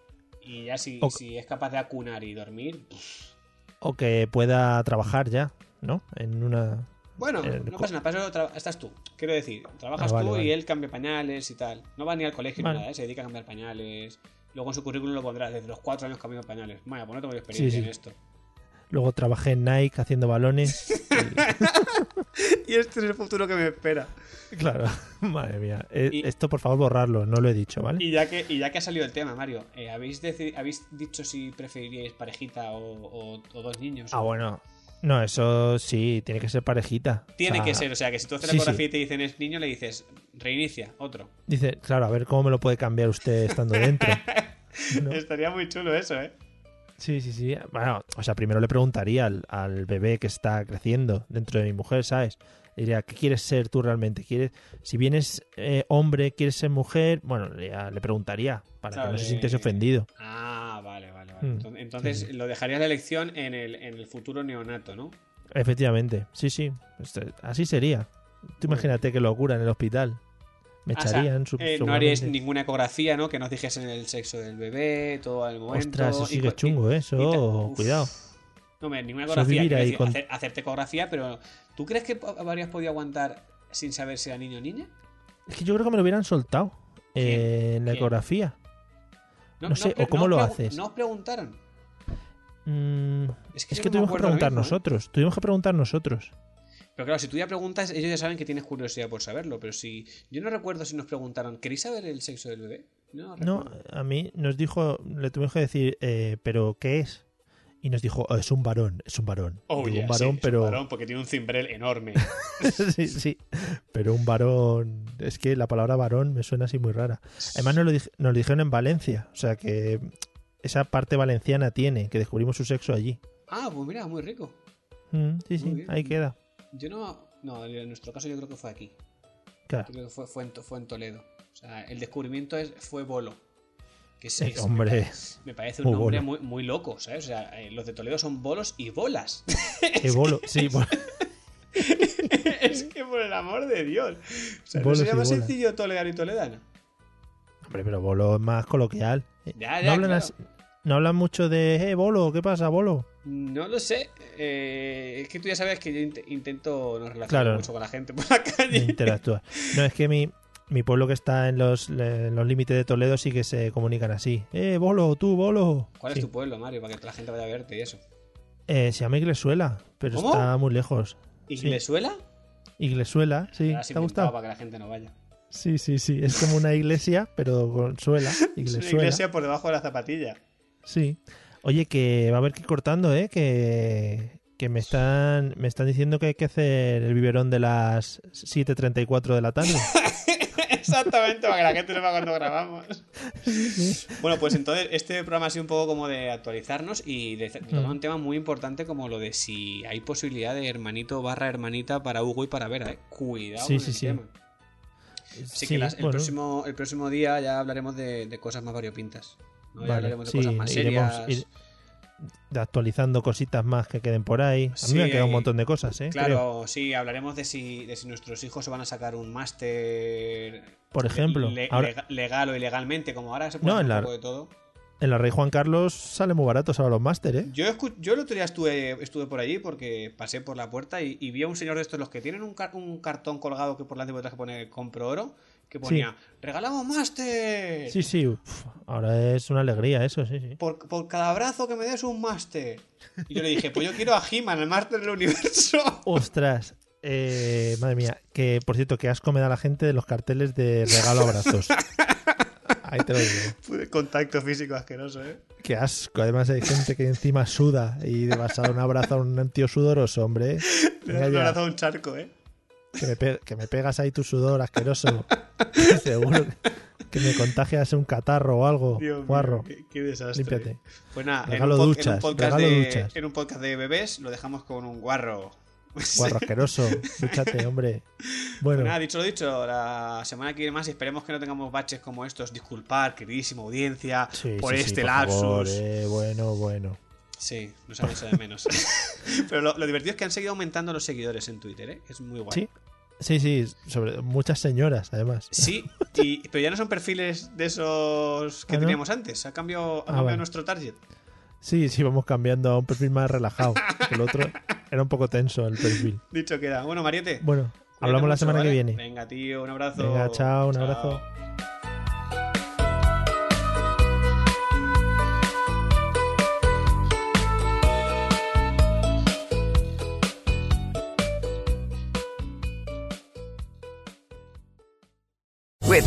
B: Y ya si,
A: O-
B: si es capaz de acunar y dormir.
A: O que pueda trabajar ya, ¿no? En una...
B: Bueno,
A: El
B: no
A: co-
B: pasa nada, para eso tra- estás tú. Quiero decir, trabajas
A: Eh, Ah, vale,
B: tú y
A: vale.
B: él cambia pañales y tal. No va ni al colegio ni
A: Vale.
B: nada, ¿eh? se dedica a cambiar pañales. Luego en su currículum lo pondrás desde los cuatro años cambiando pañales. Vaya, pues no tengo yo experiencia
A: Sí, sí.
B: en esto.
A: Luego trabajé en Nike haciendo balones.
B: Y este es el futuro que me espera.
A: claro, madre mía. Eh,
B: Y-
A: Esto por favor borrarlo, no lo he dicho, ¿vale?
B: Y ya que, y ya que ha salido el tema, Mario, eh, ¿habéis, deci- ¿habéis dicho si preferiríais parejita o, o- o dos niños?
A: Ah, bueno. No, eso sí, tiene que ser parejita.
B: Tiene
A: O sea,
B: que ser, o sea, que si tú haces
A: sí,
B: la
A: sí.
B: ecografía y te dicen es niño, le dices reinicia, otro.
A: Dice, claro, a ver cómo me lo puede cambiar usted estando dentro. ¿no?
B: Estaría muy chulo eso, ¿eh?
A: Sí, sí, sí. Bueno, o sea, primero le preguntaría al, al bebé que está creciendo dentro de mi mujer, ¿sabes? Le diría, ¿qué quieres ser tú realmente? ¿Quieres, si vienes eh, hombre, quieres ser mujer? Bueno, le, le preguntaría para que no
B: Vale.
A: se sintiese ofendido.
B: Ah, vale, vale, vale.
A: Mm,
B: Entonces, entonces
A: sí, sí.
B: lo dejarías la elección en el, en el futuro neonato, ¿no?
A: Efectivamente, sí, sí. Esto- así sería. Tú imagínate qué locura en el hospital. Me
B: Ah, o sea,
A: echarían su,
B: eh, no
A: seguramente.
B: haríais ninguna ecografía, ¿no? Que nos dijesen el sexo del bebé, todo al momento.
A: Ostras, eso
B: y
A: sí que
B: cu-
A: es chungo, ¿eh?
B: y- y ta-
A: eso,
B: Uf.
A: cuidado.
B: No, hombre, ninguna
A: Eso
B: ecografía.
A: vivir
B: quiero
A: ahí
B: decir,
A: con-
B: hacer- hacerte ecografía, pero ¿tú crees que po- habrías podido aguantar sin saber si era niño o niña?
A: Es que yo creo que me lo hubieran soltado eh, en la
B: ¿Quién?
A: ecografía. No sé, ¿o cómo
B: os
A: lo
B: pregu-
A: haces?
B: No os preguntaron.
A: Mm,
B: Es que
A: es
B: yo
A: que tuvimos que
B: no me acuerdo ahora
A: preguntar
B: mismo, ¿eh?
A: nosotros. Tuvimos que preguntar nosotros.
B: Pero claro, si tú ya preguntas, ellos ya saben que tienes curiosidad por saberlo. Pero si. Yo no recuerdo si nos preguntaron, ¿queréis saber el sexo del bebé? No,
A: No,
B: recuerdo.
A: a mí nos dijo, le tuvimos que decir, eh, pero ¿qué es? Y nos dijo, "Oh, es un varón, es un varón.
B: Oh,
A: Digo, un
B: yeah, sí,
A: varón,
B: es un
A: pero.
B: varón porque tiene un cimbrel enorme.
A: sí, sí. Pero un varón. Es que la palabra varón me suena así muy rara. Además, nos lo, dij- nos lo dijeron en Valencia. O sea que esa parte valenciana tiene, que descubrimos su sexo allí.
B: Ah, pues mira, muy rico.
A: Mm, sí, sí,
B: Muy bien.
A: ahí queda.
B: Yo no. No, en nuestro caso yo creo que fue aquí.
A: Claro.
B: Yo creo que fue, fue, en, To- fue en Toledo. O sea, el descubrimiento es, fue Bolo. Que es-
A: Eh,
B: es-
A: hombre,
B: Me parece
A: Muy
B: un nombre
A: bolo.
B: muy, muy loco, ¿sabes? O sea, eh, los de Toledo son bolos y bolas.
A: qué bolo. Sí, bueno,
B: es que por el amor de Dios. O sea, ¿no
A: Bolos y
B: sería más
A: bolas.
B: sencillo toledano y toledana?
A: hombre, pero bolo es más coloquial. Eh,
B: Ah, Ya,
A: no,
B: ya,
A: hablan
B: claro.
A: así- no hablan mucho de, eh, bolo, ¿qué pasa, bolo?
B: No lo sé. eh, es que tú ya sabes que yo int- intento no relacionarme
A: Claro.
B: mucho con la gente por la calle.
A: interactúa. No, es que mi, mi pueblo que está en los, en los límites de Toledo sí que se comunican así. Eh, bolo, tú, bolo.
B: ¿Cuál
A: Sí.
B: es tu pueblo, Mario? Para que la gente vaya a verte y eso.
A: Eh, se llama Iglesuela, pero
B: ¿Cómo?
A: está muy lejos.
B: ¿Y
A: Sí.
B: Venezuela?
A: Iglesuela, sí.
B: La has
A: ¿Te ha
B: inventado
A: gustado?
B: para que la gente no vaya.
A: Sí, sí, sí. Es como una iglesia, pero con suela.
B: Es una
A: Iglesuela.
B: iglesia por debajo de la zapatilla.
A: Sí. Oye, que va a haber que ir cortando, ¿eh? Que, que me, están, me están diciendo que hay que hacer el biberón de las 7.34 de la tarde.
B: Exactamente, para que la gente sepa cuando grabamos. Bueno, pues entonces este programa ha sido un poco como de actualizarnos y de de
A: Mm.
B: tomar un tema muy importante como lo de si hay posibilidad de hermanito barra hermanita para Hugo y para Vera, ¿eh? Cuidado
A: Sí,
B: con
A: sí,
B: el
A: sí.
B: tema. Así
A: Sí,
B: que las- el,
A: bueno.
B: próximo, el próximo día ya hablaremos de, de cosas más variopintas. ¿no? Ya
A: Vale,
B: hablaremos de
A: sí,
B: cosas más
A: iremos
B: serias.
A: ir- de actualizando cositas más que queden por ahí. A mí
B: Sí,
A: me han quedado
B: hay-
A: un montón de cosas, ¿eh?
B: Claro,
A: Creo.
B: sí, hablaremos de si, de si nuestros hijos se van a sacar un máster.
A: Por ejemplo,
B: le-
A: ahora-
B: lega- legal o ilegalmente, como ahora se puede
A: No,
B: hacer
A: en
B: un
A: la-
B: poco de todo.
A: En la Rey Juan Carlos sale muy baratos ahora los máster, ¿eh?
B: Yo, escu- yo el otro día estuve, estuve por allí porque pasé por la puerta y, y vi a un señor de estos, los que tienen un, car- un cartón colgado que por delante y por detrás que pone compro oro, que ponía regalamos máster.
A: Sí, sí. uf, ahora es una alegría eso, sí, sí.
B: Por, por cada brazo que me des un máster. Y yo le dije, pues yo quiero a He-Man, el máster del universo.
A: Ostras. eh, madre mía, que por cierto, que asco me da la gente de los carteles de regalo abrazos. Ahí te lo digo.
B: Fue Contacto físico asqueroso, ¿eh?
A: Qué asco. Además, hay gente que encima suda y de vas a dar un abrazo a un tío sudoroso, hombre.
B: Le
A: Venga
B: das un
A: ya.
B: abrazo a un charco, ¿eh?
A: Que me, pe- que me pegas ahí tu sudor asqueroso. Y Seguro que me contagias un catarro o algo.
B: Dios mío,
A: Oh, guarro,
B: qué, qué desastre.
A: límpiate.
B: Pues nada, en
A: Regalo
B: un, po- en un
A: duchas,
B: podcast
A: regalo
B: de,
A: duchas.
B: en un podcast de bebés lo dejamos con un guarro.
A: Guarro asqueroso. Dúchate, hombre. Bueno,
B: Pues Nada, dicho lo dicho, la semana que viene más y esperemos que no tengamos baches como estos. Disculpar, queridísima audiencia,
A: sí,
B: por
A: sí, sí,
B: este
A: por
B: lapsus.
A: favor, eh, bueno, bueno.
B: Sí, nos han hecho de menos. Pero lo, lo divertido es que han seguido aumentando los seguidores en Twitter, ¿eh? Es muy guay.
A: Sí, sí, sí. Sobre muchas señoras, además.
B: Sí, y- pero ya no son perfiles de esos que
A: ¿Ah, no? Ah,
B: teníamos antes. Ha cambiado, ha cambiado
A: vale.
B: nuestro target.
A: Sí, sí, vamos cambiando a un perfil más relajado. porque El otro era un poco tenso el perfil.
B: Dicho queda. Bueno, Mariete.
A: Bueno,
B: cuídate
A: hablamos la
B: mucho,
A: semana que
B: ¿vale?
A: viene.
B: Venga, tío, un abrazo.
A: Venga, chao, un abrazo.
C: With